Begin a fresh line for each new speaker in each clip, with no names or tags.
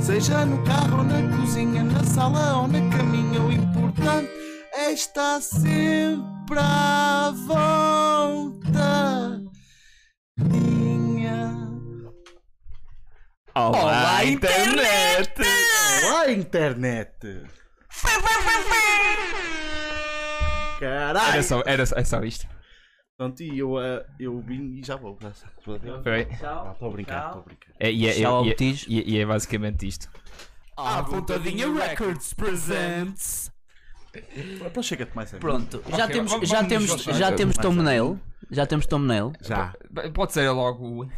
Seja no carro, na cozinha, na sala ou na caminha, o importante é estar sempre à vontadinha.
Olá,
Olá,
internet!
Olá, internet!
Era
Caralho!
só, era só, é só isto.
Pronto, e eu, eh, eu vim e já vou. Estou
Foi.
a brincar, estou a brincar.
É, e, é,
Tchau,
e, é-
Betis.
e, é- e é basicamente isto.
A Vontadinha Records presents.
Pronto, então chega-te mais aí.
Pronto, já
Ok,
temos,
vamos-
já
vamos
temos,
nos outros.
já
Ok,
temos
mais
thumbnail. Já temos thumbnail.
Já.
Pode ser logo. o-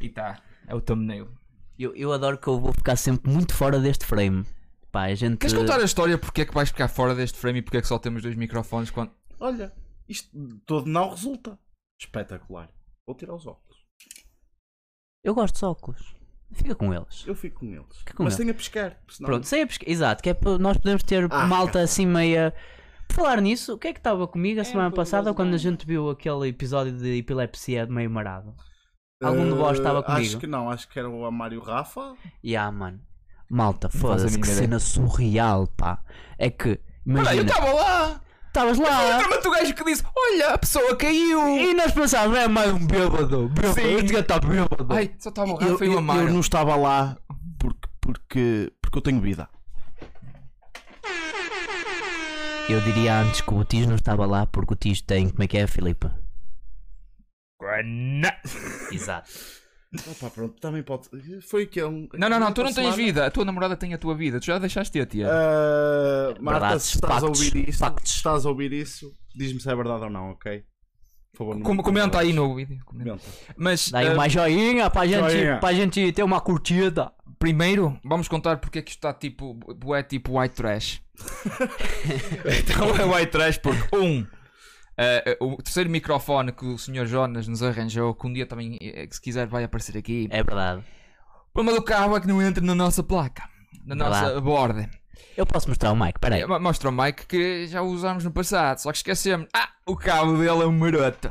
E tá. É o thumbnail.
Eu, eu adoro que eu vou ficar sempre muito fora deste frame. Pá, a gente.
Eh.
Queres contar a história porque é que vais ficar fora deste frame e porque é que só temos dois microfones quando.
Olha, isto todo não resulta. Espetacular. Vou tirar os óculos.
Eu gosto dos óculos. Fica com eles.
Eu fico com eles.
Fica com
Mas
eles.
tenho a pescar. Senão...
Pronto, sem a pesca... Exato, que é para nós podemos ter
Ah,
malta assim meia. Por falar nisso, o que é que estava comigo a semana passada quando a gente viu aquele episódio de epilepsia meio marado? Algum de vós
Eh,
estava comigo?
Acho que não, acho que era o Amário Rafa.
Ya, ah, mano. Malta,
a
foda-se,
mínima
que
ideia.
cena surreal, pá. É que,
Olha, eu
imagina,
então-
estava lá!
estavas lá
Lembra-te do gajo que disse: Olha, a pessoa caiu!
e nós pensávamos, é mais um bêbado, bêbado,
Sim.
este gajo está bêbado.
Ai, só estava a
eu,
morrer, foi
eu-
o
eu
Amaro.
não estava lá porque, porque, porque eu tenho vida.
Eu diria antes que o Tijo não estava lá porque o Tijo tem, como é que é, Filipe? Exato.
Opa, pronto, também pode. Foi que é um.
Não, não, não, tu não tens
semana.
vida, a tua namorada tem a tua vida, tu já deixaste ter, tia.
Ah, Marta,
Verdades,
se estás a
factos,
ouvir isso,
factos.
se estás a ouvir isso, diz-me se é verdade ou não, ok? Por favor, não
Como,
me
comenta aí
controles.
no vídeo. comenta.
Comenta.
Mas
Dá aí
ah,
uma joinha para
Joinha.
gente, pra gente ter uma curtida.
primeiro vamos contar porque é que isto está tipo. É tipo white trash. então é white trash porque um. ah, ah, o terceiro microfone que o Sr. Jonas nos arranjou, que um dia também, eh, que se quiser, vai aparecer aqui.
É verdade.
O problema do carro é que não entra na nossa placa, na
Verdade.
nossa borda.
Eu posso mostrar o Mike, peraí.
É, mo- Mostra ao Mike que já o usámos no passado, só que esquecemos. Ah, o cabo dele é um maroto.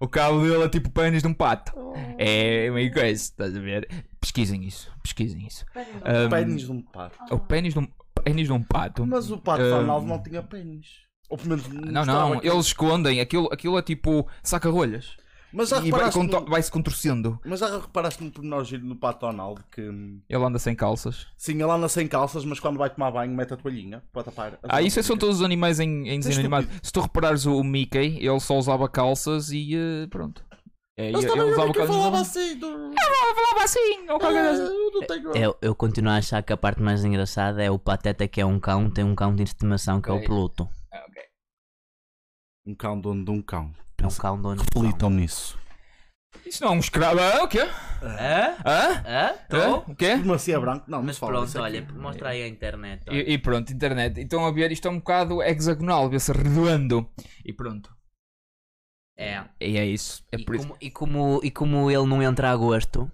O cabo dele é tipo o pênis de um pato. É meio coisa, estás a ver? Pesquisem isso, pesquisem isso. Ahm,
Pênis de um pato.
o pênis de um, pênis de um pato.
Mas o pato
Ah,
Arnaldo não tinha pênis. Ou pelo menos
Não,
mostrava
não,
que-
eles escondem, aquilo, aquilo é tipo saca-rolhas.
Mas já
E vai
reparaste.
contor-
no-
vai-se contorcendo.
Mas já reparaste num pormenor giro no pato Arnaldo que. hum,
Ele anda sem calças.
Sim, ele anda sem calças, mas quando vai tomar banho, mete a toalhinha para tapar. a
Ah,
zona
isso são
pública.
todos os animais em, em desenho
Tá Isso é
animado. Se tu reparares o, o Mickey, ele só usava calças e eh, pronto. É,
Mas também eu que eu
mas
falava
usava-
assim. Do...
falava assim, ou qualquer
Ah,
coisa.
eu não tenho.
Eu, eu continuo a achar que a parte mais engraçada é o Pateta que é um cão, tem um cão de estimação que é o
Ok.
Pluto.
Um cão dono de um cão.
É um cão dono de
Politam nisso.
Isso não é um escravo. Ah, o quê?
Hã?
Hã?
Hã?
Hã?
Tô?
O quê?
Diplomacia branca? é Não,
Mas
não fala
pronto,
disso aqui.
olha, mostra aí a internet. olha.
E, e pronto, internet. Então a ver, isto é um bocado hexagonal, vê-se redondo. E pronto.
É.
E é isso. É
e,
por isso.
como, e, como, e como ele não entra a gosto,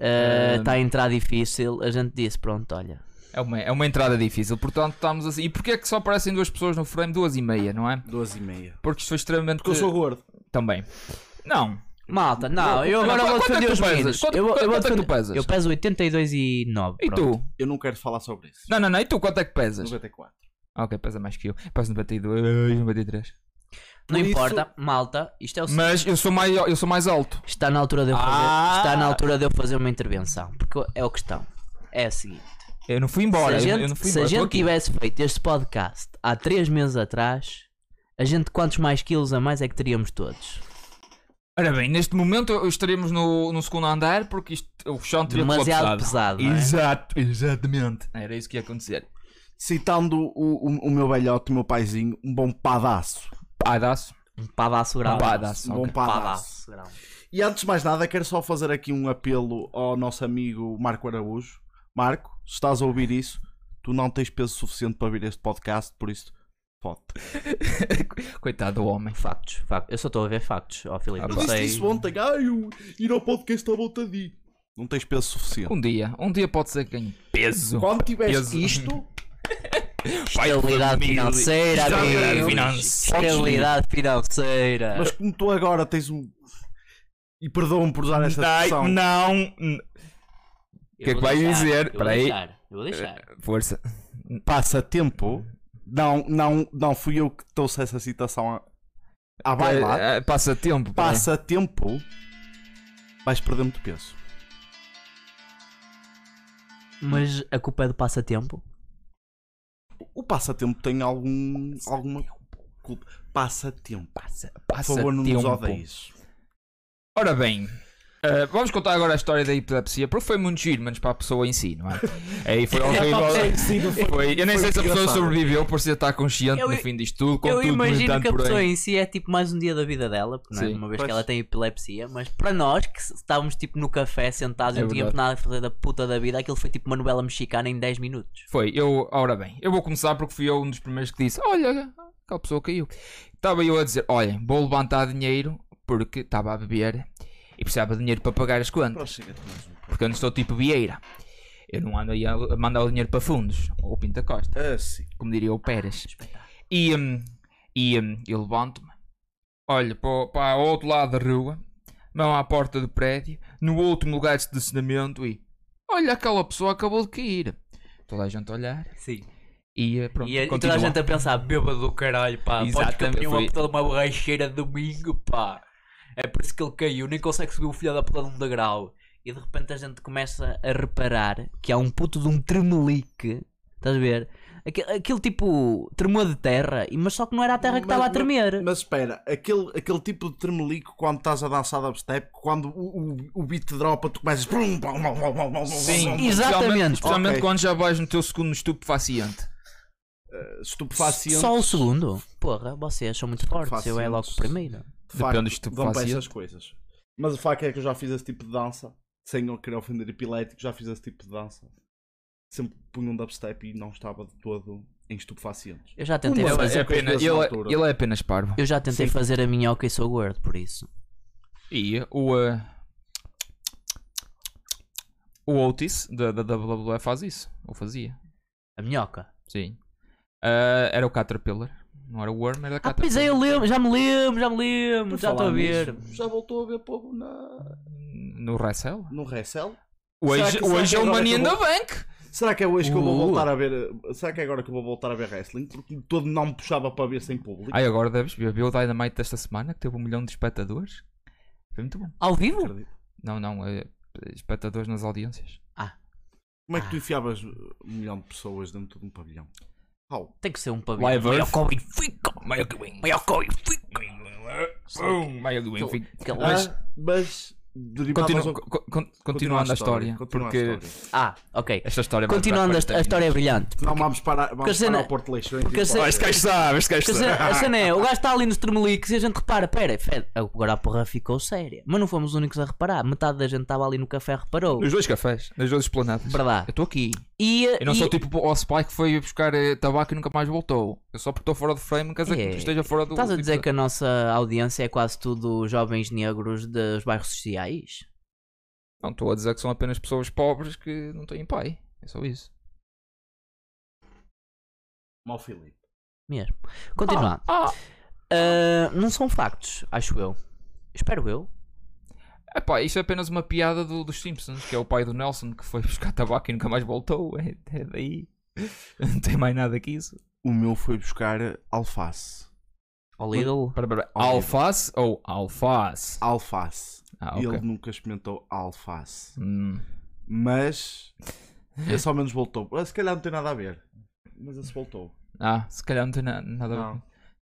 Ahm.
está a entrar difícil, a gente disse: pronto, olha.
É uma, é uma entrada difícil, portanto estamos assim. E porquê é que só aparecem duas pessoas no frame? Duas e meia, não é?
Duas e meia.
Porque isto foi extremamente.
Porque eu sou gordo.
Também. Não.
Malta, não, eu
Não,
agora
qu-
vou
quanto é que
defender
tu
os
pesas?
meninos.
Quanto-
eu, vou- eu vou
quanto é que tu
defender-
pesas? Então,
Eu peso 82 e 9.
E tu?
Eu não quero falar sobre isso.
Não, não, não. E tu quanto é que pesas?
94.
Ok, pesa mais que eu. Peso 92, 93.
Por
Não
isso-
importa, malta, isto é o seguinte.
Mas eu sou mais, eu sou mais alto.
Está na altura de eu fazer,
Ah!
está na altura de eu fazer uma intervenção, porque é o questão. É a seguinte.
Eu não fui embora.
se
eu-
a gente,
eu não fui
se a
embora. estou
gente
aqui.
tivesse feito este podcast há 3 meses atrás, a gente quantos mais quilos a mais é que teríamos todos?
Ora bem, neste momento eu- estaremos no, no segundo andar porque isto, o chão teria
Demasiado
colapsado.
pesado, não é?
Exato, exatamente. Era isso que ia acontecer.
Citando o, o, o meu velhote, o meu paizinho, um bom padaço.
Padaço.
Um pavaço grande.
Padaço.
Um
ok.
bom padaço.
Pavaço grande.
E antes de mais nada, quero só fazer aqui um apelo ao nosso amigo Marco Araújo. Marco, se estás a ouvir isso, tu não tens peso suficiente para ouvir este podcast, por isso, pode.
Coitado do homem.
Factos, factos. Eu só estou a ver factos, ó Filipe.
Ah,
não
pá.
sei.
ontem. Ai, eu ir ao podcast à voltadinho. Não tens peso suficiente.
Um dia, um dia pode ser que ganhe peso.
Quando tiveres
Peso.
isto,
um
Estabilidade financeira,
Estabilidade
amigos.
financeira.
Estabilidade financeira.
mas como tu agora tens um. E perdoa-me por usar esta
Ai,
expressão.
não. O que é que vais dizer?
Eu vou
Peraí.
deixar. Eu vou deixar.
Força.
Passatempo. Não, não, não fui eu que trouxe essa citação à, à baila.
Eh, eh, Passatempo. pá.
Passatempo. Vais perder muito peso.
Mas a culpa é do passatempo.
O passatempo tem algum. alguma culpa. Passatempo.
Passa-
Por favor, não nos
passatempo.
odeies.
Ora bem, eh, vamos contar agora a história da epilepsia, porque foi muito giro, menos para a pessoa em si, não é? Aí foi horrível. Foi- eu nem sei se a pessoa
engraçado.
sobreviveu por se estar consciente
Eu-
no fim disto tudo,
Eu
contudo, no
imagino
entanto,
que a
por
pessoa
aí.
em si é tipo mais um dia da vida dela, porque, não é?
Sim.
uma vez
Pois.
que ela tem epilepsia, mas para nós que s- estávamos tipo no café sentados e
É
não tínhamos
verdade.
nada a fazer da puta da vida, aquilo foi tipo uma novela mexicana em 10 minutos.
Foi, eu, ora bem, eu vou começar porque fui eu um dos primeiros que disse: Olha, aquela pessoa caiu. Estava eu a dizer: Olha, vou levantar dinheiro porque estava a beber e precisava de dinheiro para pagar as contas.
chega-te mais um.
Porque eu não sou tipo Vieira. Eu não ando aí a a mandar o dinheiro para fundos. Ou Pinta Costa,
Ah, sim.
como diria o Pérez. E, hum, e hum, eu levanto-me. Olho para, para o outro lado da rua. Mão à porta do prédio. No último lugar de estacionamento. E olha aquela pessoa acabou de cair. Toda a gente a olhar.
Sim.
E eh, pronto,
E, a- e toda
continua.
a gente a pensar, bêbado do caralho, pá, podes
Exatamente,
comer uma
foi-
puta de uma borracheira de domingo, pá. É por isso que ele caiu, nem consegue subir o filho da puta de um degrau. E de repente a gente começa a reparar que há um puto de um tremelique, estás a ver? Aquele, aquele tipo tremor de terra, e- mas só que não era a terra que
Mas-
estava a tremer.
Mas espera, aquele, aquele tipo de tremelico quando estás a dançar dubstep, quando o, o, o beat dropa, tu começas. brum, brum, brum, brum, brum, brum, brum,
Sim, Especialmente,
Exatamente.
especialmente
Ok.
quando já vais no teu segundo estupefaciente.
brum, Estupefaciente.
um
Só o segundo. Porra, vocês são muito fortes, eu é logo o primeiro.
de facto,
Depende do
dão para
estupefaciente.
essas coisas. Mas o facto é que eu já fiz esse tipo de dança, sem eu querer ofender epilético, já fiz esse tipo de dança. Sempre punha um dubstep e não estava de todo em estupefacientes.
Eu já tentei
Uma
Ele
Mas
fazer.
é,
o que eu
apenas,
fiz na
ele,
altura.
é- ele é apenas parvo.
Eu já tentei
Sim.
fazer a minhoca e sou gordo, por isso.
E o, eh, o Otis da, da WWE faz isso. Ou fazia.
A minhoca.
Sim. Ah, era o Caterpillar. Não era o Worm, era o
Ah,
Caterpillar.
pois é, eu lembro, já me lembro, já me lembro,
Por
já estou a
falar
ver.
nisso, Já voltou a ver povo na...
No Wrestle.
no Recel? Será
Hoje,
que- será
hoje
que
é o
agora
Money in the
acabou?
Bank.
Será que é hoje que eu vou
Uh.
voltar a ver. Será que é agora que eu vou voltar a ver wrestling? Porque todo não me puxava para ver sem público.
Ai, agora deves ver. Viu o Dynamite desta semana que teve um milhão de espectadores? Foi muito bom.
Ao vivo?
Acredito.
Não, não. eh, espectadores nas audiências.
Como é que tu
Ah.
enfiavas uh, um milhão de pessoas dentro de um pavilhão? How?
Tem que ser um pavilhão.
Live
Maior
Earth.
que o Benfica. Maior que o Benfica. Maior que o Benfica.
Boom, meio do enfim.
Aquele-
Mas-
Ah, mas derivavas
Continu-
ao-
co- con- continuando um- a história,
continua a
porque
história.
Ah, ok.
esta história vai
Continuando,
durar
a, a
40
história é
minutos.
brilhante.
Não vamos parar,
a
vamos
cena-
parar ao Porto Leixões.
porque a
e
cena-
falar.
Oh, este gajo sabe, este gajo
Quer dizer, a cena é, o gajo está ali nos tremeliques e a gente repara, pera, fede, agora a porra ficou séria. Mas não fomos os únicos a reparar, metade da gente estava ali no café reparou.
Nos dois cafés, nas duas esplanadas. Eu
Verdade.
estou aqui.
E,
Eu não
e-
sou tipo o Spike que foi buscar eh, tabaco e nunca mais voltou. Eu só porque estou fora do frame, quer dizer
É.
que esteja fora do.
Estás a
tipo,
dizer que a nossa audiência é quase tudo jovens negros dos bairros sociais?
Não, estou a dizer que são apenas pessoas pobres que não têm pai. É só isso.
Mau Filipe.
Mesmo. Continuando.
Ah,
Ah, não são factos, acho eu. Espero eu.
É pá, isto é apenas uma piada do- dos Simpsons, que é o pai do Nelson que foi buscar tabaco e nunca mais voltou. É, é daí. Não tem mais nada que isso.
O meu foi buscar alface.
Ao Lidl.
Espera, espera, espera.
Ao vivo.
Alface ou alface?
Alface.
Ah,
E
ok.
Ele nunca experimentou alface.
Hum.
Mas. Esse ao menos voltou. Ah, Se calhar não tem nada a ver. Mas esse voltou.
Ah, se calhar não tem na- nada a ver.
Não.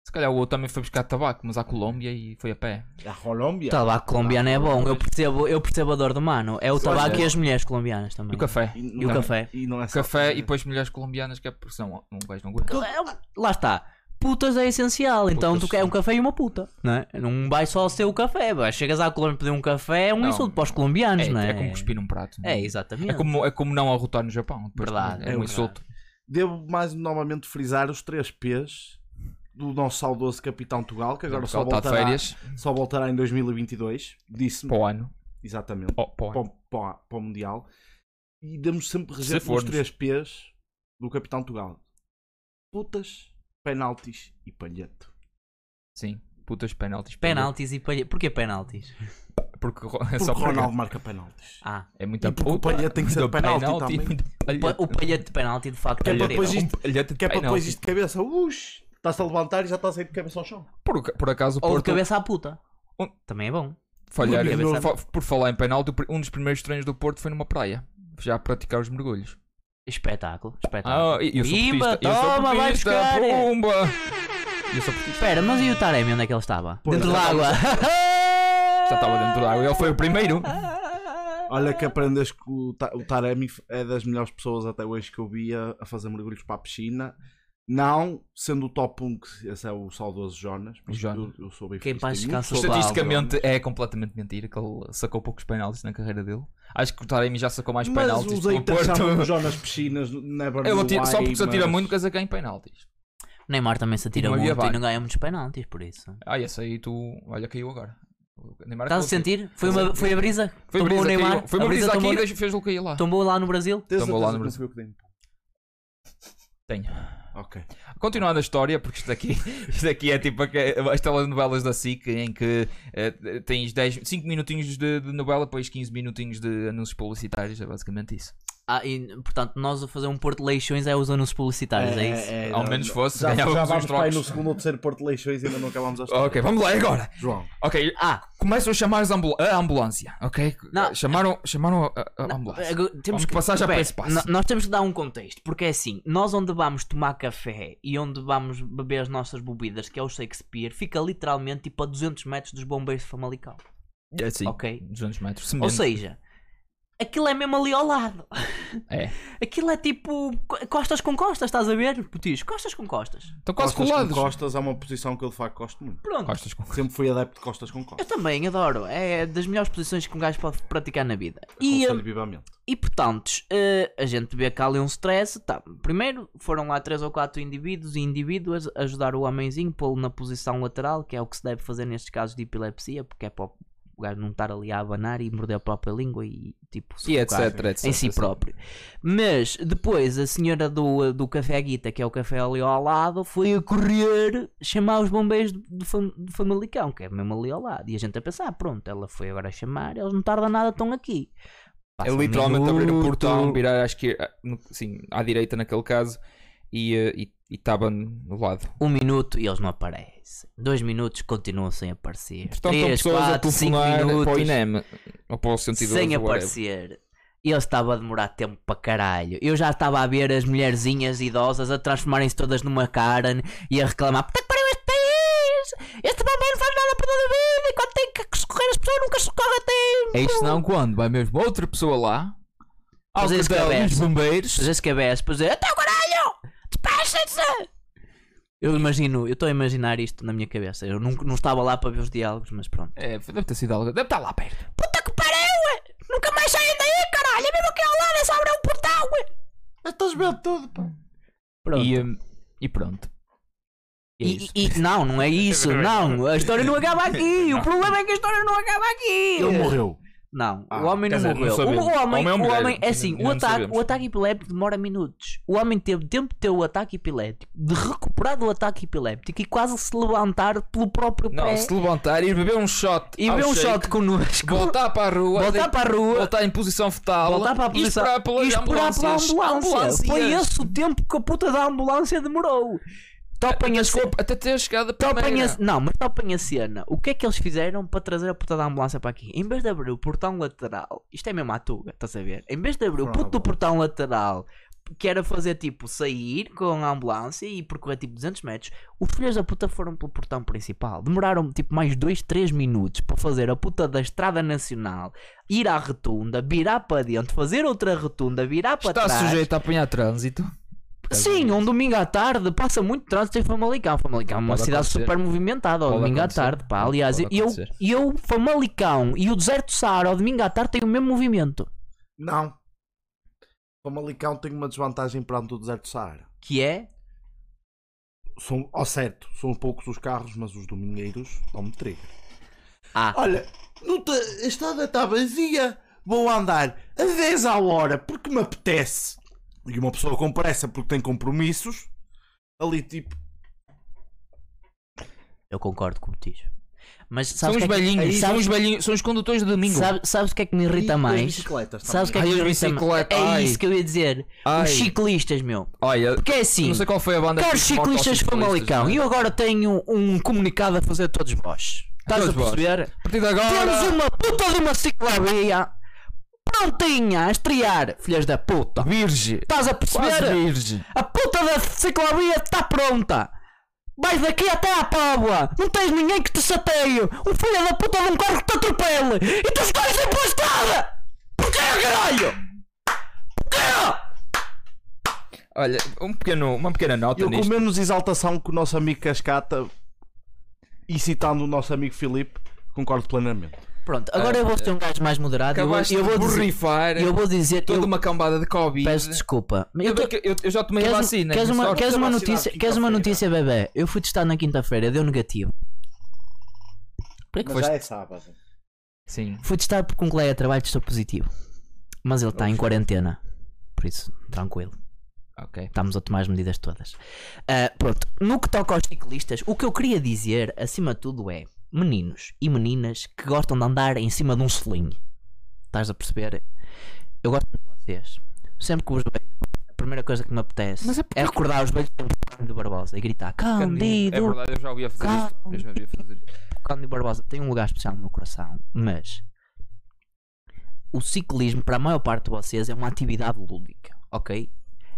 Se calhar o outro também foi buscar tabaco, mas à Colômbia e foi a pé.
É A Colômbia?
Tá
Tabaco colombiano é bom, eu percebo, eu percebo a dor do mano. É o
Sim,
tabaco
é.
e as mulheres colombianas também.
E o café.
E o
não-
café.
E não é só-
Café e depois mulheres colombianas, que é porque são um gajo não aguenta.
É uma- Lá está. Putas é essencial, então
Putas,
tu quer um
sim.
café e uma puta, não é? Não vai só ser o café, vai. chegas à Colômbia pedir um café, é um
Não.
insulto para os colombianos,
É,
não é?
é como cuspir num prato. não
É, exatamente.
É como, é como não arrotar no Japão. Depois
Verdade,
também
é
é, um
verdade.
insulto.
Devo mais novamente frisar os três P's do nosso saudoso Capitão Tugal, que agora
Porque
só
ela está tá de
voltará,
férias
só voltará em 2022. Disse-me,
para o ano.
exatamente,
Ó, para o
para,
ano.
o- para o- para o Mundial. E damos sempre
Se
rejeito os
formos.
três P's do Capitão Tugal: putas, penaltis e palheto.
Sim. Putas, penaltis.
Penaltis e palha. Porquê penaltis?
porque, ro- é
Porque
só
o
porque-
Ronaldo marca penaltis.
Ah,
é muita
E porque o
puta,
Palheta tem que ser
muito
penalti
penalti,
também.
muito
pa-
palheta.
o palhete de penalti de facto
Que é
é
para
incrível.
depois isto-
Um palhete de
Que é para depois
penalti.
isto de cabeça. Ux! Estás-te a levantar e já estás a ir de cabeça ao chão.
Por, por acaso o
Ou de
Porto
cabeça à puta.
Um-
Também é bom.
falhar,
Por cabeça-
fa- por falar em penalti, o pr- um dos primeiros treinos do Porto foi numa praia, já a praticar os mergulhos.
Espetáculo, espetáculo.
Ah, e eu sou
Pimba,
portista, eu sou
toma, vai
portista,
buscar. é.
pumba.
Espera, mas e o Taremi onde é que ele estava? Dentro da água.
Já estava dentro da água, ele foi o primeiro.
Olha que aprendes que o, Ta- o Taremi é das melhores pessoas até hoje que eu via a fazer mergulhos para a piscina. Não sendo o top 1, que esse é o saudoso Jonas. mas
Jonas.
Eu, eu sou bem
Quem
feliz,
mais
tenho muitos
descansa o
saudades.
Estatisticamente é completamente mentira que ele sacou poucos penaltis na carreira dele. Acho que o Taremi já sacou é mais
Mas
penaltis
os
pelo
haters chamam o
Porto.
Jonas Piscinas, never
Ele
know
atira- só
why,
porque se atira
mas-
muito, quer dizer que ganha penaltis.
O Neymar também se atira
E não
muito
havia
e
VAR.
não ganha muitos penaltis, por isso.
Ah, esse aí tu. Olha, caiu agora. O Neymar
Estás Tá a
caiu.
sentir? Foi, uma, foi a brisa?
Foi
tombou
brisa,
o Neymar?
caiu. Foi uma
a brisa
brisa aqui
tombou,
e deixou- fez-o cair lá.
tombou lá no Brasil?
Tens
Tombou lá
certeza
no
que não
Brasil.
sabia o que tem?
Tenho.
Ok.
Continuando a história, porque isto aqui, isto aqui é tipo aque- as telenovelas da SIC em que eh, tens 10, 5 minutinhos de, de novela, depois 15 minutinhos de anúncios publicitários, é basicamente isso.
Ah, e, portanto, nós a fazer um Porto Leixões é os anúncios publicitários, é, isso?
É, é,
Ao
não,
menos
não.
fosse,
Já,
ganhávamos
já
uns
vamos para aí
trocos.
no segundo ou terceiro Porto Leixões e ainda não acabamos a história.
Ok, vamos lá agora.
João.
Ok,
Ah,
começam a chamar as ambul- a ambulância, ok?
Não.
Chamaram, chamaram a, a- a ambulância.
agora
Vamos passar já para
espera,
esse passo.
no- Nós temos que dar um contexto, porque é assim: nós onde vamos tomar café e onde vamos beber as nossas bebidas, que é o Shakespeare, fica literalmente tipo a 200 metros dos bombeiros de Famalicão.
É assim,
Ok.
200 metros. se
Ou
menos.
seja, aquilo é mesmo ali ao lado.
É.
Aquilo é tipo co- costas com costas, estás a ver? Putis, costas com costas.
Estão quase
costas com
colados.
costas é uma posição que eu de facto gosto muito.
Pronto.
Costas com-
Sempre fui adepto de costas com
Eu
costas.
também adoro, é das melhores posições que um gajo pode praticar na vida. E,
Aconselho
hum,
vivamente.
e portanto, eh, a gente vê cá ali um stress. Tá. Primeiro foram lá três ou quatro indivíduos e indivíduas ajudar o homenzinho, pô-lo na posição lateral, que é o que se deve fazer nestes casos de epilepsia, porque é para o o gajo não estar ali a abanar e morder a própria língua e assim. tipo
E etc,
sufocar
etc.
em si próprio. Mas depois a senhora do, do Café Guita, que é o café ali ao lado, foi a correr chamar os bombeiros de, de, Fam- de Famalicão, que é mesmo ali ao lado. E a gente a pensar, "Ah, pronto, ela foi agora chamar, eles não tardam nada, estão aqui.
É
Passa um
literalmente abrir o
minuto.
portão, virar à esquerda, no- sim, à direita naquele caso, e eh, e estava no lado.
Um minuto e eles não aparecem. Dois minutos continuam sem aparecer.
Então Estão estão
Três,
pessoas
quatro,
a
cinco
telefonar para o
minutos.
INEM ou para o 112
sem
ou whatever.
aparecer. Ele estava a demorar tempo para caralho. Eu já estava a ver as mulherzinhas idosas a transformarem-se todas numa Karen e a reclamar: Puta que pariu este país! Este bombeiro faz nada para toda a vida! E quando tem que socorrer as pessoas, nunca socorre a tempo!
É isto não quando vai mesmo outra pessoa lá, ao
Fazer
quartel
esse
dos
cabeça.
bombeiros,
Depois as cabeças, depois dizer: Até o caralho! Despachem-se! Eu imagino, eu estou a imaginar isto na minha cabeça. Eu não, não estava lá para ver os diálogos, mas pronto.
é, deve ter sido algo, deve estar lá perto.
Puta que pariu! Nunca mais saem daí, caralho! É mesmo aqui ao lado, é só abrir um portão!
Estás vendo tudo, pá.
Pronto.
E, hum, e pronto. E é
E-
isso.
e- e- não, não é isso, não. A história não acaba aqui. O problema é que a história não acaba aqui.
Ele morreu.
Não,
Ah,
o homem
quer dizer,
não
não
morreu.
sabemos.
o, o homem,
O homem é
é
um mulher,
homem, é assim,
não-
o
não
ataque,
sabemos.
o ataque epiléptico demora minutos. O homem teve tempo de ter o ataque epiléptico, de recuperar do ataque epiléptico e quase se levantar pelo próprio
Não,
pé.
se levantar, ir beber um shot,
E
ao
ver um
shake,
shot connosco.
voltar para a rua,
Voltar
deitar-
para a rua.
voltar em posição fetal,
Voltar para a posição.
e esperar pelas
e esperar pela
ambulâncias.
ambulância. Foi
Ambulâncias.
esse o tempo que a puta da ambulância demorou. Topem a,
Desculpa, até ter chegado a
Topem
primeira.
a- Não, mas topem a cena. O que é que eles fizeram para trazer a puta da ambulância para aqui? Em vez de abrir o portão lateral, isto é mesmo à tuga, estás a ver? Em vez de abrir o puto do portão lateral, que era fazer tipo sair com a ambulância e percorrer tipo 200 metros, os filhos da puta foram pelo portão principal. Demoraram tipo mais 2, 3 minutos para fazer a puta da Estrada Nacional, ir à rotunda, virar para dentro, fazer outra rotunda, virar para
Está
trás.
sujeito a apanhar trânsito.
Sim, um domingo à tarde passa muito trânsito em Famalicão. Famalicão é uma
Pode
cidade
acontecer.
super movimentada ao
Pode
domingo
acontecer.
à tarde. Pá.
Pode-
Aliás,
pode
eu,
acontecer.
eu, Famalicão e o deserto do Saara ao domingo à tarde têm o mesmo movimento.
Não. O Malicão tem uma desvantagem perante o deserto do Saara.
Que é?
São, ao certo, são poucos os carros, mas os domingueiros dão-me trigo.
Ah,
Olha, não tá- a estrada está vazia. Vou andar a 10 à hora porque me apetece. E uma pessoa com pressa porque tem compromissos. Ali tipo,
eu concordo com o Tijo. Mas
São
sabes
os
que é que-
velhinhos,
aí
são
sabes-
os velhinhos, são os condutores de domingo.
sabe- sabes o que é que me irrita mais? Sabes o que é que
Ai,
me
as
irrita mais?
bicicletas,
É
ai.
isso que eu ia dizer.
Ai.
Os ciclistas, meu.
Olha,
Porque é assim.
não sei qual foi a banda.
Caros
que corta os
ciclistas de Famalicão,
não é?
eu agora tenho um comunicado a fazer a todos vós. Estás a
Todos vós.
perceber?
A partir de agora.
Temos um uma puta de uma ciclovia prontinha a estrear, filhas da puta.
Virgem.
Estás a
tá. Quase
perceber?
virgem.
A puta da ciclovia está pronta. Vais daqui até à Póvoa. Não tens ninguém que te chateie. Um filho da puta de um carro que te atropele. E tu estás em boa estrada. Porquê, caralho? Porquê?
Olha, um pequeno, uma pequena nota
Eu com
nisto.
menos exaltação que o nosso amigo Cascata e citando o nosso amigo Filipe, concordo plenamente.
Pronto, agora eu vou ser um gajo mais moderado. Eu vou,
Acabaste
eu vou
de
dizer...
borrifar
Eu vou dizer...
toda
eu-
uma cambada de Covid.
Peço desculpa.
Eu,
Eu tô-
bem que- eu- eu já tomei a
Queres, um-
vacina.
queres uma,
sorte.
quer-
queres uma
vacinado
notícia,
quinta-feira.
queres uma notícia, bebê? Eu fui testar na quinta-feira, deu negativo. Porquê que
Mas
já é sábado.
Sim.
Fui testar porque um colega de trabalho testou positivo. Mas ele está em quarentena. Por isso, tranquilo.
Ok.
Estamos a tomar as medidas todas. Ah, pronto, no que toca aos ciclistas, o que eu queria dizer, acima de tudo, é meninos e meninas que gostam de andar em cima de um selinho. Estás a perceber? Eu gosto de vocês. Sempre que os vejo, a primeira coisa que me apetece
Mas é porque-
é recordar os beijos do Barbosa e gritar:
É
Candido!
verdade, eu já ouvi a fazer isto. Eu já ouvi a fazer isto.
Cândido Barbosa tem um lugar especial no meu coração, mas o ciclismo, para a maior parte de vocês, é uma atividade lúdica, ok?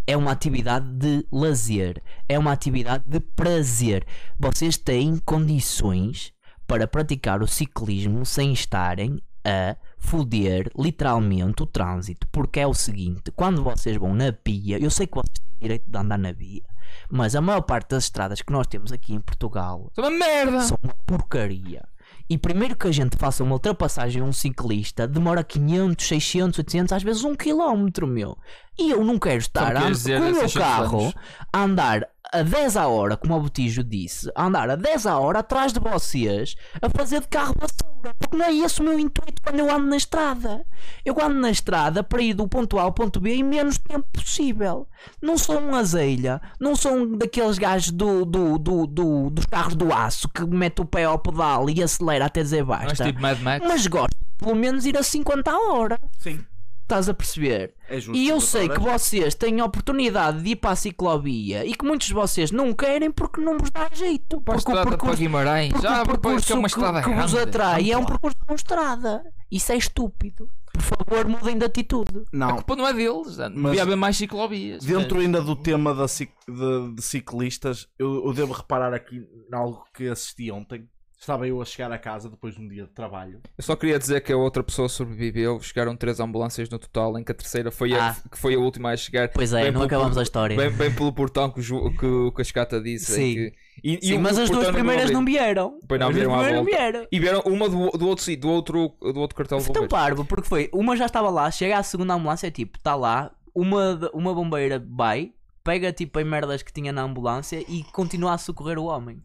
É uma atividade de lazer, é uma atividade de prazer. Vocês têm condições para praticar o ciclismo sem estarem a foder literalmente o trânsito, porque é o seguinte: quando vocês vão na pia, eu sei que vocês têm direito de andar na pia, mas a maior parte das estradas que nós temos aqui em Portugal
Sou uma merda!
são uma porcaria. E primeiro que a gente faça uma ultrapassagem a um ciclista, demora 500, 600, 800, às vezes 1 km, meu. E eu não quero estar
quer
a com
dizer,
o meu
600
carro
anos.
a andar a 10 a hora, como o Botijo disse, a andar a 10 a hora atrás de vocês, a fazer de carro vassoura, porque não é esse o meu intuito quando eu ando na estrada. Eu ando na estrada para ir do ponto A ao ponto B em menos tempo possível. Não sou um azeilha, não sou um daqueles gajos do, do, do, do- dos carros do aço que mete o pé ao pedal e acelera até dizer
Mas
basta.
tipo Mad Max.
Mas gosto de pelo menos ir a 50 a hora.
Sim,
Estás a perceber?
é justo.
E eu sei que
doutora.
vocês têm a oportunidade de ir para a ciclovia e que muitos de vocês não querem porque não vos dá jeito.
Para a
Porque o
estrada para
percurso
Guimarães.
porque
Já,
o
porque é
percurso
uma
que,
estrada
que vos
grande.
atrai é um
Vamos lá.
percurso com estrada. Isso é estúpido. Por favor, mudem de atitude.
A
Não,
culpa não é deles. Não
Mas-
devia haver mais ciclovias.
Dentro ainda do tema da cic- de, de ciclistas, eu, eu devo reparar aqui em algo que assisti ontem. Estava eu a chegar a casa depois de um dia de trabalho.
Eu só queria dizer que a outra pessoa sobreviveu. Chegaram três ambulâncias no total, em que a terceira foi, a,
Ah.
que foi a última a chegar.
Pois é,
Bem
não
pelo-
acabamos a história.
Bem, bem pelo portão que o, Ju- que o Cascata disse. em
Sim.
que- e- e
Sim,
o-
mas
o
as duas
portão
primeiras
abriu.
não vieram.
Pois não,
As duas
vieram à
primeiras não
volta. Então
vieram. é
E vieram uma do, do outro sítio, do outro, do outro cartão de
Tão
bombeiros.
parvo, porque foi, uma já estava lá, chega à segunda ambulância, tipo, está lá, uma, de- uma bombeira vai, pega tipo as merdas que tinha na ambulância e continua a socorrer o homem.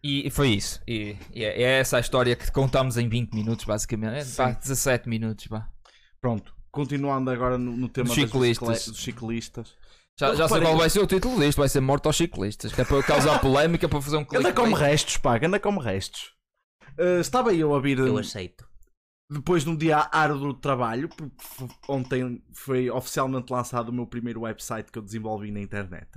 E e foi isso. E, e é, é essa a história que contamos em 20 minutos, basicamente. É, pá, 17 minutos, pá.
Pronto, continuando agora no, no tema
Dos
das
ciclistas.
bicicletas- dos ciclistas.
Já,
Eu
já sei
reparei-
qual vai ser o título disto, vai ser Morto aos Ciclistas, que é para causar polémica, para fazer
é
um clique.
Anda como restos, pá, anda como restos. Eh, estava eu a vir
Eu
Hum.
aceito.
depois de um dia árduo de trabalho, porque f- ontem foi oficialmente lançado o meu primeiro website que eu desenvolvi na internet.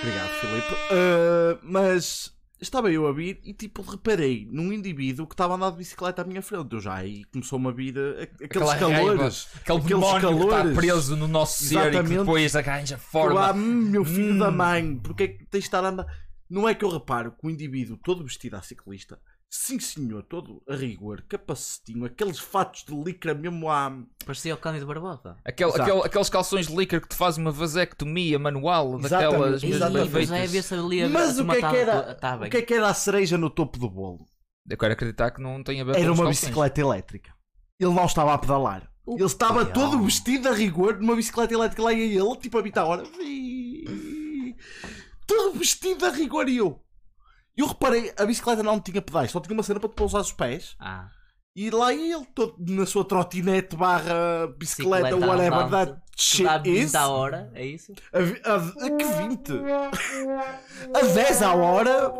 Obrigado, Filipe. Uh, mas estava eu a vir e tipo reparei num indivíduo que estava a andar de bicicleta à minha frente. Eu já aí começou-me a vir a- a- aqueles
Aquela
calores.
raiva, aquele
aqueles
demónio que
calores.
está preso no nosso ser e que
Exatamente.
depois arranja
Eu lá,
forma.
"Hum, meu filho da
Hum.
mãe, porque é que tens de estar a andar? Não é que eu reparo que o indivíduo todo vestido a ciclista, sim senhor, todo a rigor, capacetinho, aqueles fatos de licra mesmo à.
Parecia o Cândido Barbosa.
Aquele,
Exato.
aquele- aqueles calções de líquido que te fazem uma vasectomia manual,
Exatamente,
daquelas mesmo
exatamente.
bem
Mas já
feitas.
havia-se ali a-
Mas
a
o que, é que
matar-
era,
tá bem.
o que é que era a cereja no topo do bolo?
Eu quero acreditar que não tem a ver com
Era
os
uma
calções.
bicicleta elétrica. Ele não estava a pedalar.
O
Ele estava
que é?
todo vestido a rigor numa bicicleta elétrica lá e ele, tipo a mim, tá a hora. "Ih", Todo vestido a rigor e eu. Eu reparei, a bicicleta não tinha pedais, só tinha uma cena para te pousar os pés.
Ah.
E lá ele, todo na sua trotinete barra bicicleta,
Bicicleta
whatever
andante,
that
Que
shit
dá 20
is.
à hora, é isso?
A, vi- a- a que 20? A 10 à hora?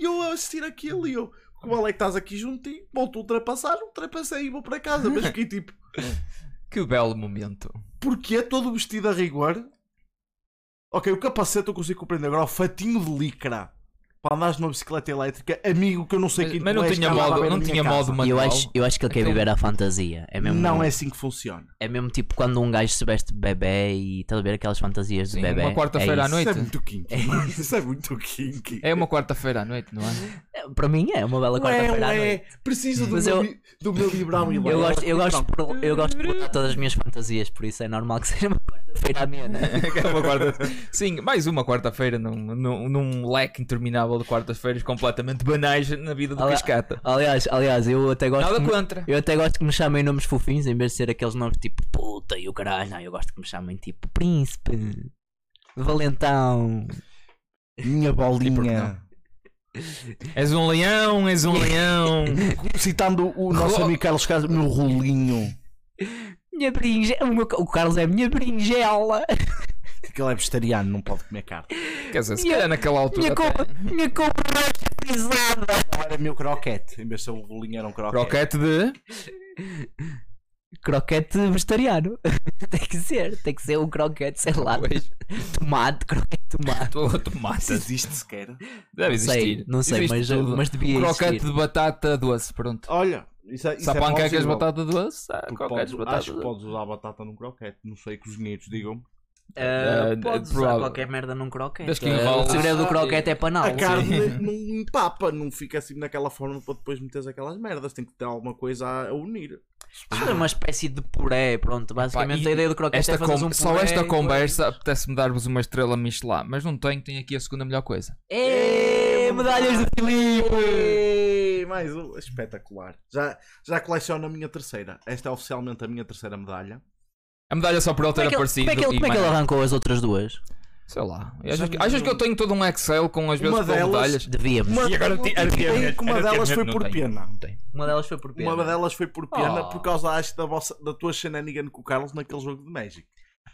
E eu a assistir aquilo e eu, como é que estás aqui juntinho? Vou-te ultrapassar, ultrapassei e vou para casa. Mas fiquei tipo,
Que belo momento.
porquê todo vestido a rigor? Ok, o capacete eu consigo compreender. Agora, o fatinho de licra para andares numa bicicleta elétrica, amigo que eu não sei
Mas,
quem
mas
tu
não
és,
tinha
que andava a
modo,
ver
não
na minha
tinha
casa.
modo
E eu
manual.
acho, eu acho que ele quer
Então-
viver à fantasia. É mesmo,
um-
Não é assim que funciona.
é mesmo tipo quando um gajo se veste de bebê e estás a ver aquelas fantasias de
Sim,
bebê.
uma quarta-feira
é
à
isso.
noite.
Isso é muito kinky. mano. Isso é muito kinky.
É uma quarta-feira à noite, não é?
É, Para mim é uma bela
Ué,
quarta-feira à
ué,
noite.
preciso do
Mas
meu,
eu-
li- do meu librão e
Eu gosto, eu, gosto de
Pronto.
pro- eu gosto de explorar todas as minhas fantasias, por isso é normal que seja uma quarta-feira à minha, né?
Que é uma quarta- Sim, mais uma quarta-feira num, num, num leque interminável de quartas-feiras completamente banais na vida do
Olha-
Cascata.
Aliás, aliás, eu até gosto.
Nada
que me-
contra.
Eu até gosto que me chamem nomes fofinhos em vez de ser aqueles nomes tipo puta e o caralho. Não, eu gosto que me chamem tipo príncipe, valentão.
Minha bolinha.
És um leão, és um leão.
Citando o nosso
Ro-
amigo Carlos Castro, meu rolinho.
Minha brinjela. O, meu ca- o Carlos é minha brinjela.
Que ele é vegetariano, não pode comer carne.
Quer dizer, se calhar naquela altura.
Minha
até-
compra, minha compra pisada.
Não era meu croquete. Em vez de ser um rolinho, era um croquete.
Croquete de.
Croquete vegetariano. tem que ser, tem que ser um croquete, sei lá.
Pois.
Tomate, croquete de tomate.
Tu, tu matas.
Existe sequer.
Deve
Não sei,
existir.
não sei,
Existe
mas,
tudo. Um
mas devia
Croquete
existir.
de batata doce, pronto.
Olha, isso é, isso
Se há
é
panquecas de
plausível.
batata doce, há
Porque
croquetes de
podes-
batata
acho que
doce.
podes usar batata num croquete. Não sei, cozinheiros, digam-me.
Ah,
Ah,
podes usar
provável.
qualquer merda num croquete.
Desde que
Ah,
enrole.
o segredo do
Ah,
croquete é
A
panal.
carne não empapa, não fica assim naquela forma para depois meteres aquelas merdas. Tem que ter alguma coisa a- a unir.
Isso é uma espécie de puré, pronto.
Pá,
Basicamente
Ah. e
a ideia do croquete
Esta
é fazer um
com-
puré.
Só esta
e-
conversa apetece-me dar-vos uma estrela Michelin, mas não tenho, tenho aqui a segunda melhor coisa.
Ê, É, medalhas de Filipe!
Ei, mais um. Espetacular. Já, já coleciono a minha terceira. Esta é oficialmente a minha terceira medalha.
A medalha só por ele
Como
ter
é que ele-
aparecido.
como é que ele-
e
como é que ele
mais-
arrancou as outras duas?
Sei lá. Achas
Já
que,
não-
achas que eu tenho todo um Excel com as vezes
Uma
com
delas-
medalhas?
Devíamos.
Uma,
agora ti-
eu tenho
antigamente-
que uma
era
delas foi
antigamente,
por
não tenho.
pena.
Não tenho.
Uma delas foi por pena.
Uma delas foi por pena
Oh.
por causa acho, da, vossa, da tua shenanigan com o Carlos naquele jogo de Magic.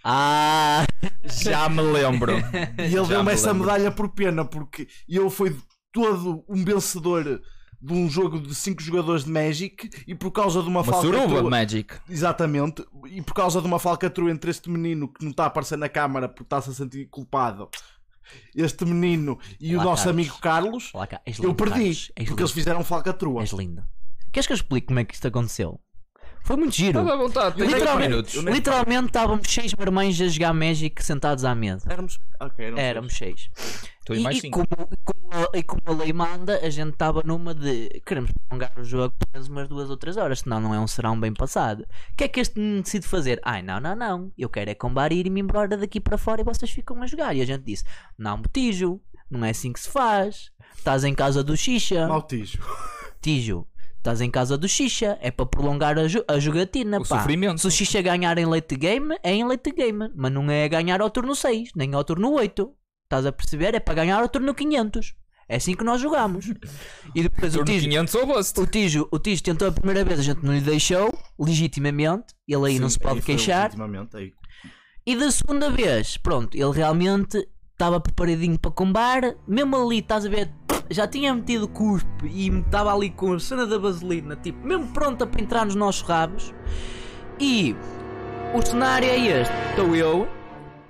Ah,
Já me lembro.
E ele deu-me essa medalha por pena porque eu fui todo um vencedor de um jogo de 5 jogadores de Magic e por causa de uma,
Uma
falta
suruba,
tua-
Magic.
Exatamente, e por causa de uma falcatrua entre este menino que não está a aparecer na câmara porque está-se a sentir culpado, este menino e
Lá
o nosso
estás.
amigo Carlos,
lá cá, és
eu
lindo,
perdi
Carlos, És
porque eles
lindo.
fizeram falcatrua.
És lindo. Queres que eu explique como é que isto aconteceu? Foi muito giro.
Estás à vontade, tens 10
Literalmente,
minutos.
literalmente estávamos seis marmães a jogar Magic sentados à mesa.
Éramos, ok, éramos
Éramos seis.
Tu
E,
e mais
e
5.
como, como a- e como a lei manda, a gente estava numa de queremos prolongar o jogo pelo menos umas duas ou três horas, senão não é um serão bem passado. O que é que este menino decide fazer? Ai, não, não, não. Eu quero é combar e me embora daqui para fora e vocês ficam a jogar. E a gente disse: Não, botijo, não é assim que se faz. Estás em casa do Xixa.
dois. Maltijo.
Tijo, estás em casa do Xixa, é para prolongar a, jo- a jogatina,
O
pá.
sofrimento.
Se o Xixa ganhar em late game, é em late game, mas não é ganhar ao turno 6, nem ao turno 8. Estás a perceber? É para ganhar ao turno 500. É assim que nós jogamos. E depois o
Turno
Tijo,
500 ou bust.
o Tijo, o Tijo tentou a primeira vez, a gente não lhe deixou, legitimamente, ele aí não
Sim, é
se pode
aí foi
queixar.
legitimamente, aí.
E da segunda vez, pronto, ele realmente estava preparadinho para combar, mesmo ali, estás a ver, já tinha metido cuspe e estava ali com a cena da vaselina, tipo, mesmo pronta para entrar nos nossos rabos. E o cenário é este: estou eu,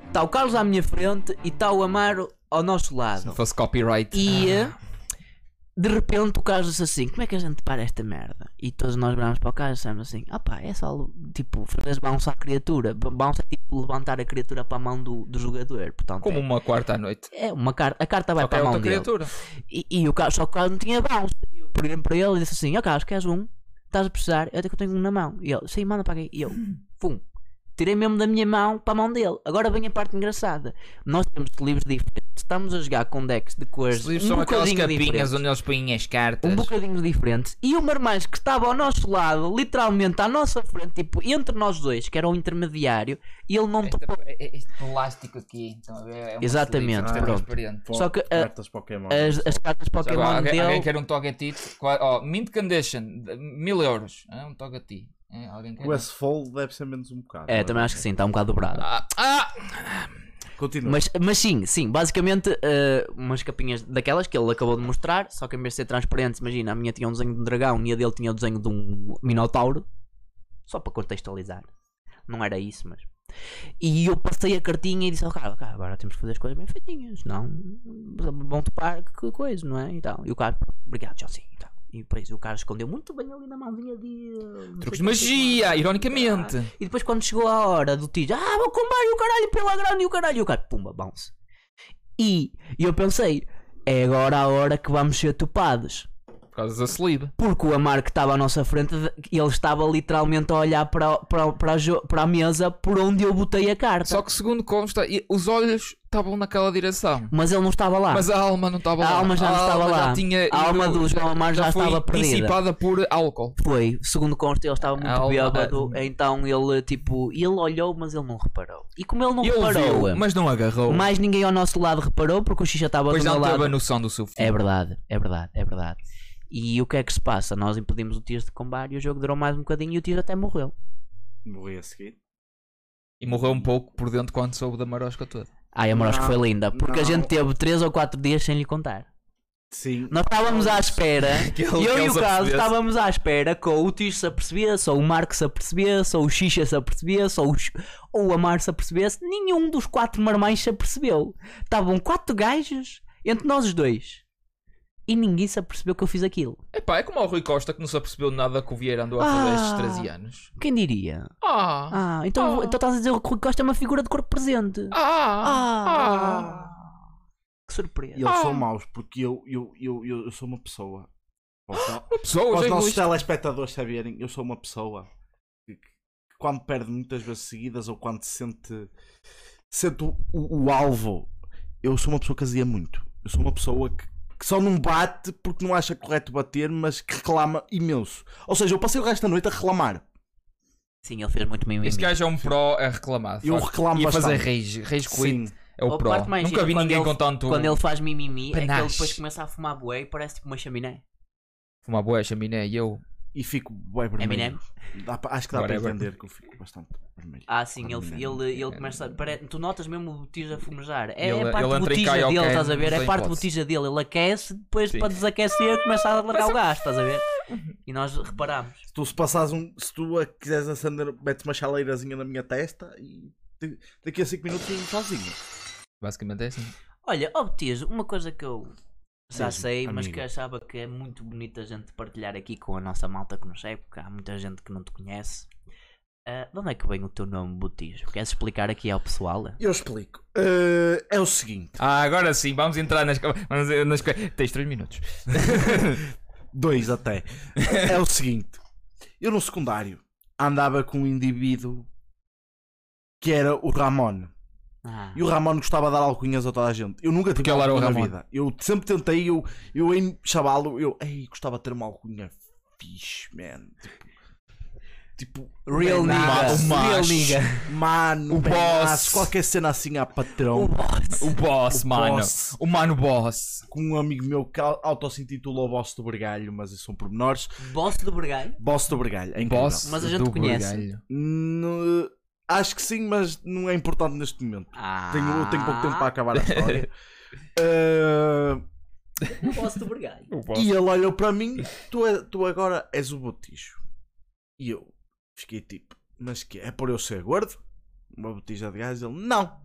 está o Carlos à minha frente e está o Amaro ao nosso
Se não
lado.
fosse copyright.
E
Ah.
de repente o Carlos disse assim: Como é que a gente para esta merda? E todos nós viramos para o Carlos e dissemos assim: Ah pá, é só tipo fazer bounce à criatura. B- Bounce é tipo levantar a criatura para a mão do, do jogador. Portanto,
Como
é,
uma quarta à noite.
é uma carta, a carta vai
Só que
para
é
a mão
outra
dele.
criatura.
E, e o Carlos, só que o Carlos não tinha bounce. E eu perguntei para ele e disse assim: Ó Carlos, queres um? Estás a precisar? Eu até que eu tenho um na mão. E ele, sim, manda para aqui. E eu, pum, tirei mesmo da minha mão para a mão dele. Agora vem a parte engraçada. Nós temos livros diferentes. Estamos a jogar com decks de cores.
Os livros
um
são aquelas
bocadinho
capinhas
diferentes
onde eles põem as cartas.
um bocadinho diferente. E o Marmães que estava ao nosso lado, literalmente à nossa frente, tipo, entre nós dois, que era um intermediário, e ele não topou.
Tipo, este plástico é, aqui, então é
uma Exatamente, slice, isto é pronto. Só que, ah,
Cartas Pokémon.
As, as cartas
Já
Pokémon
agora, alguém, alguém
dele.
quer um Togetit? Qua- Oh, mint condition, de- mil euros. Ah, um Togetit. Ah, alguém quer?
O S-Fold deve ser menos um bocado.
É,
não
também acho que sim, está um bocado dobrado.
Ah, ah!
Continua.
Mas, mas sim, sim, basicamente eh, umas capinhas daquelas que ele acabou de mostrar, só que em vez de ser transparente, imagina, a minha tinha um desenho de um dragão e a dele tinha o desenho de um minotauro, só para contextualizar. Não era isso, mas. E eu passei a cartinha e disse ao cara, "Cara, agora temos que fazer as coisas bem feitinhas, senão vão topar que coisa, não é? E, tal. e o cara, obrigado, Johnson. E, tal. e depois o cara escondeu muito bem ali na mãozinha dele.
Truques de magia, ironicamente.
E depois quando chegou a hora do Tijo, ah, vou combar e o caralho pela grande e o caralho, e o cara, pumba, bounce. E eu pensei, é agora a hora que vamos ser topados.
Por causa da sleeve.
Porque o Amar que estava à nossa frente, ele estava literalmente a olhar para, para, para, a, jo- para a mesa por onde eu botei a carta.
Só que segundo consta, e- os olhos estavam naquela direção.
Mas ele não estava lá.
Mas a alma não estava
Ah. A
lá.
alma já não estava
alma
lá.
Já tinha
A alma
ido-
do João Amar já
foi
estava perdida.
dissipada por álcool.
Foi, segundo consta, ele estava muito
alma-
bêbado, então ele tipo, ele olhou, mas ele não reparou. E como ele não
E ele
reparou,
viu, mas não agarrou.
mais ninguém ao nosso lado reparou, porque o Xixa estava do
Pois
meu
não teve
lado.
a noção do seu filho.
É verdade, é verdade, é verdade. E o que é que se passa? Nós impedimos o Tias de combar e o jogo durou mais um bocadinho e o Tias até morreu.
Morri a seguir.
E morreu um pouco por dentro quando soube da marosca toda.
Ai, a Morosca
Não,
foi linda, porque a
não.
gente teve 3 ou 4 dias sem lhe contar.
Sim.
Nós estávamos à espera,
Que ele- que
eu e
ele
é o
se
Carlos
apercebesse.
estávamos à espera que ou o Tias se apercebesse, ou o Marco se apercebesse, ou o Xixa se apercebesse, ou, o X- ou a Mar se apercebesse. Nenhum dos quatro marmães se apercebeu. Estavam quatro gajos entre nós os dois. E ninguém se apercebeu que eu fiz aquilo.
Epá, é como o Rui Costa que não se apercebeu de nada que o Vieira andou a
Ah.
fazer estes 13 anos.
Quem diria?
Ah!
Ah, então,
Ah.
então estás a dizer que o Rui Costa é uma figura de corpo presente.
Ah! Ah!
Ah. Que surpresa.
Eles são maus porque eu, eu, eu, eu, eu sou uma pessoa. Para os no-
Uma pessoa,
para
é já
os nossos
egoísta.
telespectadores saberem, eu sou uma pessoa que, que quando perde muitas vezes seguidas ou quando se sente, sente o, o- o alvo, eu sou uma pessoa que azia muito. Eu sou uma pessoa que, que só não bate porque não acha correto bater, mas que reclama imenso. Ou seja, eu passei o resto da noite a reclamar.
Sim, ele fez muito mimimi.
Este gajo é um pró a reclamar. de
Eu
facto.
reclamo
E a
bastante.
fazer rage. Rage quit
Sim.
é o
A
pró.
parte mais
Nunca
gira,
vi
quando
ninguém
ele-
com tanto.
Quando ele faz mimimi, é que ele
Panache.
depois começa a fumar bué e parece tipo uma chaminé.
Fumar boé, chaminé e eu.
E fico bem
Eminem?
vermelho. Dá pa- acho que dá
Whatever.
para entender que eu fico bastante vermelho.
Ah, sim, ele,
Eminem.
ele, ele começa. a- pare- Tu notas mesmo o tija fumejar. É
Ele-
a parte
ele entra em
botija
karaoke,
dele, estás a ver?
não
É
tem
parte
hipótese.
botija dele. Ele aquece, depois
Sim.
para desaquecer começa a largar o gás, estás a ver? E nós reparamos.
Se tu se passares um. Se tu a quiseres acender, metes uma chaleirazinha na minha testa e te- daqui a 5 minutos eu sozinho.
Basicamente é assim.
Olha, ó Tias, uma coisa que eu já
Diz-me,
sei, mas
amigo.
que achava que é muito bonito a gente partilhar aqui com a nossa malta que nos segue, porque há muita gente que não te conhece. Ah, de onde é que vem o teu nome, Botijo? Queres explicar aqui ao pessoal?
Eu explico. Eh, é o seguinte:
Ah, agora sim, vamos entrar nas. Vamos nas... co- Tens 3 minutos.
dois até. é o seguinte. Eu no secundário andava com um indivíduo que era o Ramon.
Ah,
E o Ramon gostava de dar alcunhas a toda a gente. Eu nunca tive
Porque ele era o
alcunha na
Ramon.
vida. Eu sempre tentei, eu, eu em chavalo, eu ei, gostava de ter uma alcunha fixe, man. Tipo,
Um
tipo
Real
Benasco,
nigga. Real
macho,
nigga.
Mano,
O
o
Um boss.
boss. Qualquer cena assim à patrão.
O boss.
O boss,
O
mano.
boss.
O mano boss.
Com um amigo meu que auto se intitulou Boss do Bergalho, mas isso são pormenores.
boss do Bergalho?
Boss do Bergalho, é incrível.
Boss.
Mas a gente
do
conhece.
Bugalho.
No- acho que sim, mas não é importante neste momento.
Ah,
Tenho, eu tenho pouco tempo para acabar a história. Ah,
O boss do Bergalho.
O boss.
E ele olhou para mim, tu, é- tu agora és o botijo. E eu fiquei tipo, mas que é por eu ser gordo? Uma botija de gás? Ele, não.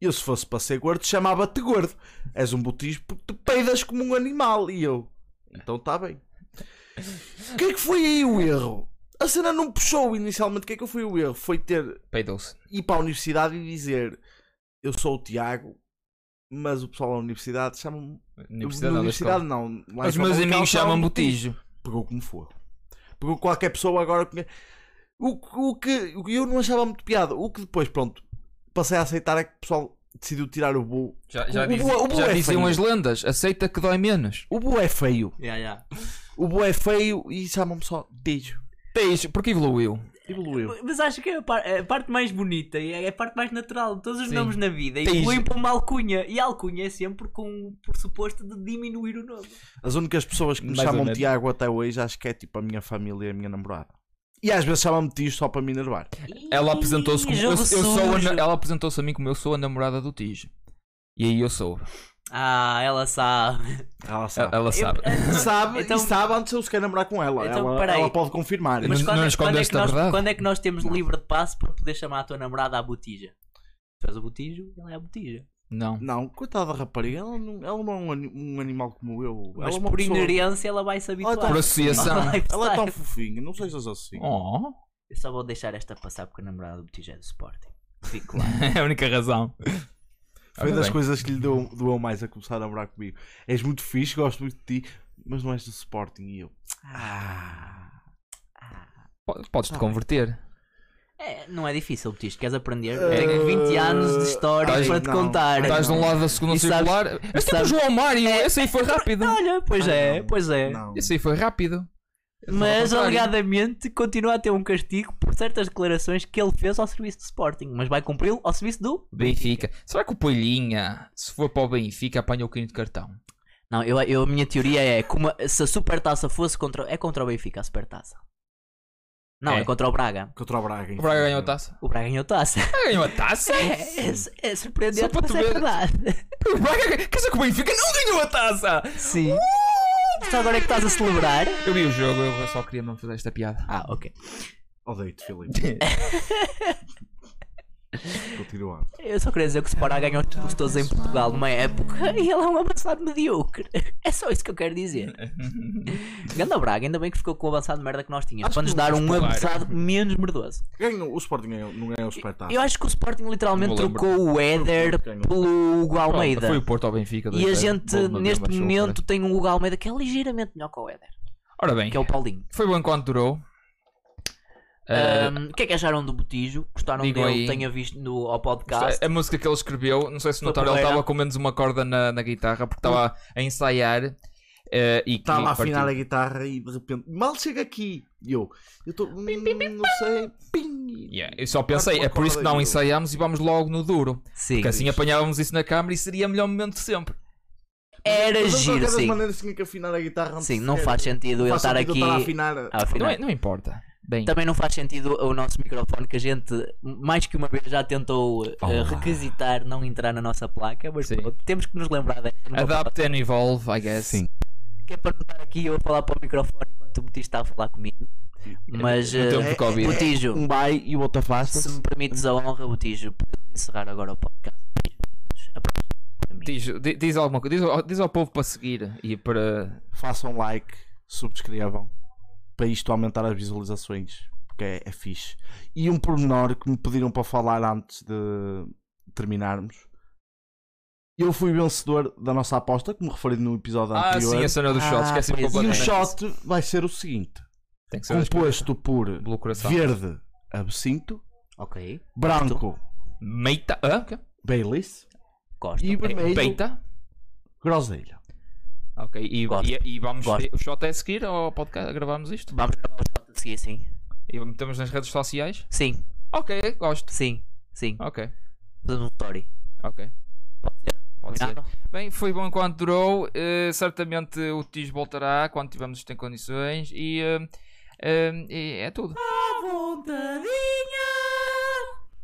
Eu se fosse para ser gordo, chamava-te gordo. És um botijo porque tu peidas como um animal. E eu, então está bem. O que é que foi aí o erro? A cena não puxou inicialmente. O que é que foi o erro? Foi ter
Peidou-se.
ir para a universidade e dizer, eu sou o Tiago, mas o pessoal da universidade chama-me... na
Universidade não, da
universidade
escola.
não. Lá em
Os meus
Famalicão
amigos chamam
chamam-me
botijo.
tipo, pegou como for. Pegou qualquer pessoa agora. conhe- O, que- o que o que eu não achava muito piada. O que depois, pronto, passei a aceitar é que o pessoal decidiu tirar o Bu.
Já, já,
O
dizi-
boa- o boa
já
é
diziam
feio.
as lendas, aceita que dói menos.
O Bu é feio.
Yeah, yeah.
O Bu é feio e chamam-me só Tipo, Tijo.
Tens, porque evoluiu.
Evoluiu.
Mas acho que é a, par- é a parte mais bonita e é a parte mais natural de todos os
Sim.
nomes na vida.
Tens-
E põem para uma alcunha. E a alcunha é sempre com o pressuposto de diminuir o nome.
As únicas pessoas que me
Mais ou
chamam
menos.
Tiago até hoje acho que é tipo a minha família e a minha namorada. E às vezes chama-me tio só para me enervar.
Ela apresentou-se como.
Ih,
Eu, eu
jogo
sou a,
sujo.
na- ela apresentou-se a mim como eu sou a namorada do Tijo. E aí eu soube.
Ah, ela sabe.
Ela
Ela,
sabe.
ela sabe.
Sabe,
Então-
e sabe antes de eu sequer namorar com ela.
Então,
ela,
peraí.
ela pode confirmar.
Mas-
Mas
não
quando, é-
esconde
quando é que
esta
nós,
verdade?
quando é que nós temos livre de passo para poder chamar a tua namorada à botija? Tu és o botijo, ela é a botija.
Não.
Não, coitada da rapariga, ela não, ela não é um, ani- um animal como eu.
Mas
ela é uma
por
pessoa-
inerência ela vai se
Ela é
habituar.
tão-
Por associação.
Ela vai
Ela é
gostar.
tão fofinha, não sejas assim.
Oh,
Eu só vou deixar esta passar porque a namorada do botija é do Sporting. Fique claro.
é a única razão.
Foi
Ora
das
bem.
coisas que lhe doeu, doeu mais a começar a namorar comigo. És muito fixe, gosto muito de ti, mas não és do Sporting e eu.
Ah.
Po- Podes te converter.
É, não é difícil, Botija. Queres aprender?
Eh,
Tenho 20 anos de história
estás-
para te
não,
contar.
Ai,
Estás de um
não.
lado da segunda
E sabes-
circular. Mas temos um
sabes- É,
João Mário. Esse aí foi rápido.
Olha, pois
Ah,
é,
não,
pois é.
Não.
Esse aí foi rápido.
Mas
Ao contrário.
alegadamente continua a ter um castigo por certas declarações que ele fez ao serviço do Sporting, mas vai cumpri-lo ao serviço do
Benfica. Será que o Polhinha, se for para o Benfica, apanha o quinto cartão?
Não, eu, eu- a minha teoria é como a- se a Supertaça fosse contra é contra o Benfica a Supertaça. Não, é,
É.
contra o Braga.
Contra o Braga.
O Braga ganhou tá? a taça.
O Braga ganhou taça.
O Braga ganhou a taça?
É, é, é
Só
surpreendente,
para
mas
tu
é
ver-
verdade.
O Braga... Quer dizer que o Benfica não ganhou a taça?
Sim. Só agora é que estás a celebrar.
Eu vi o jogo, eu só queria não fazer esta piada.
Ah, ok.
Odeio-te, Filipe. Continuando.
Eu só queria dizer que o Sporting ganhou os títulos todos em Portugal numa época e ele é um avançado medíocre. É só isso que eu quero dizer. Ganda Braga, ainda bem que ficou com o avançado de merda que nós tínhamos
Acho
para nos
que não
dar um
vamos falar.
avançado menos merdoso.
Ganhou, o Sporting ganhou, não ganhou o espetáculo.
Eu acho que o Sporting literalmente
Não me lembro.
trocou o Éder
Foi o Porto que
pelo Hugo
Pronto,
Almeida.
Foi o Porto ao Benfica.
E a
2-0. Gol
gente,
de Novembro,
neste
acho eu,
momento, tem um Hugo Almeida que é ligeiramente melhor que o Éder,
parece. Ora bem,
que é o Paulinho.
foi bom enquanto durou. Ah,
Ahm, O que é que acharam do Botijo? Gostaram
digam
dele?
aí. é
Tenha visto no, ao podcast?
a música que ele escreveu, não sei se
Foi
notaram, ele
porreira.
estava com menos uma corda na, na guitarra porque estava a ensaiar. eh, e
Estava
e
Tá a afinar a
partiu.
guitarra e de repente, mal chega aqui. E eu, eu estou, não sei. Pim.
Yeah, Eu só pensei, é
Corta uma
por isso que
corda
não
aí,
ensaiámos e vamos logo no duro.
Sim.
Porque assim apanhávamos isso na câmara e seria o melhor momento de sempre.
Era
Mas de
É giro,
qualquer
sim.
maneira tinha que afinar a guitarra antes de
Sim, não
sequer-
faz sentido
não
ele
faz
estar
sentido
aqui
eu estar a afinar.
a
Não,
afinar.
é- não importa. Bem,
né? Também não faz sentido o nosso microfone que a gente mais que uma vez já tentou eh,
Oh.
requisitar não entrar na nossa placa, mas
Sim.
pronto, temos que nos lembrar desta numa
adapt and evolve, I guess.
Sim.
que é para não estar aqui eu a falar para o microfone enquanto o Botijo está a falar comigo. Mas,
No tempo
eh,
de Covid.
Botijo,
Um vai e o outro
se
afasta.
me permites a honra, Botijo, podemos encerrar agora o podcast. A próxima. para mim.
Diz, di- diz alguma coisa, diz, ao- diz ao povo para seguir e para.
Façam like, subscrevam para isto aumentar as visualizações, porque é, é fixe. E um pormenor que me pediram para falar antes de terminarmos. Eu fui vencedor da nossa aposta, como referi no episódio
Ah,
anterior.
sim, a cena dos
Ah,
shots, esqueci-me
pois é.
e o
completamente.
shot vai ser o seguinte:
né? Tem que ser das
composto por
coisas pelo coração.
verde absinto,
Ok,
branco
Meita. Hã? O quê?
Baileys
gosto.
e
ok.
vermelho
Peita?
groselha.
Ok, e,
Gosto.
e- e vamos.
Gosto.
O shot é a seguir ao podcast? Gravamos isto?
Vamos gravar o shot a seguir, sim.
E metemos nas redes sociais?
Sim,
Ok, gosto.
sim, sim.
Ok,
Fazemos um story.
ok.
Pode ser?
Pode ser.
Combinado?
Bem, foi bom enquanto durou. eh, certamente o Tis voltará quando tivermos isto em condições. E, eh, eh, e é tudo.
vontadinha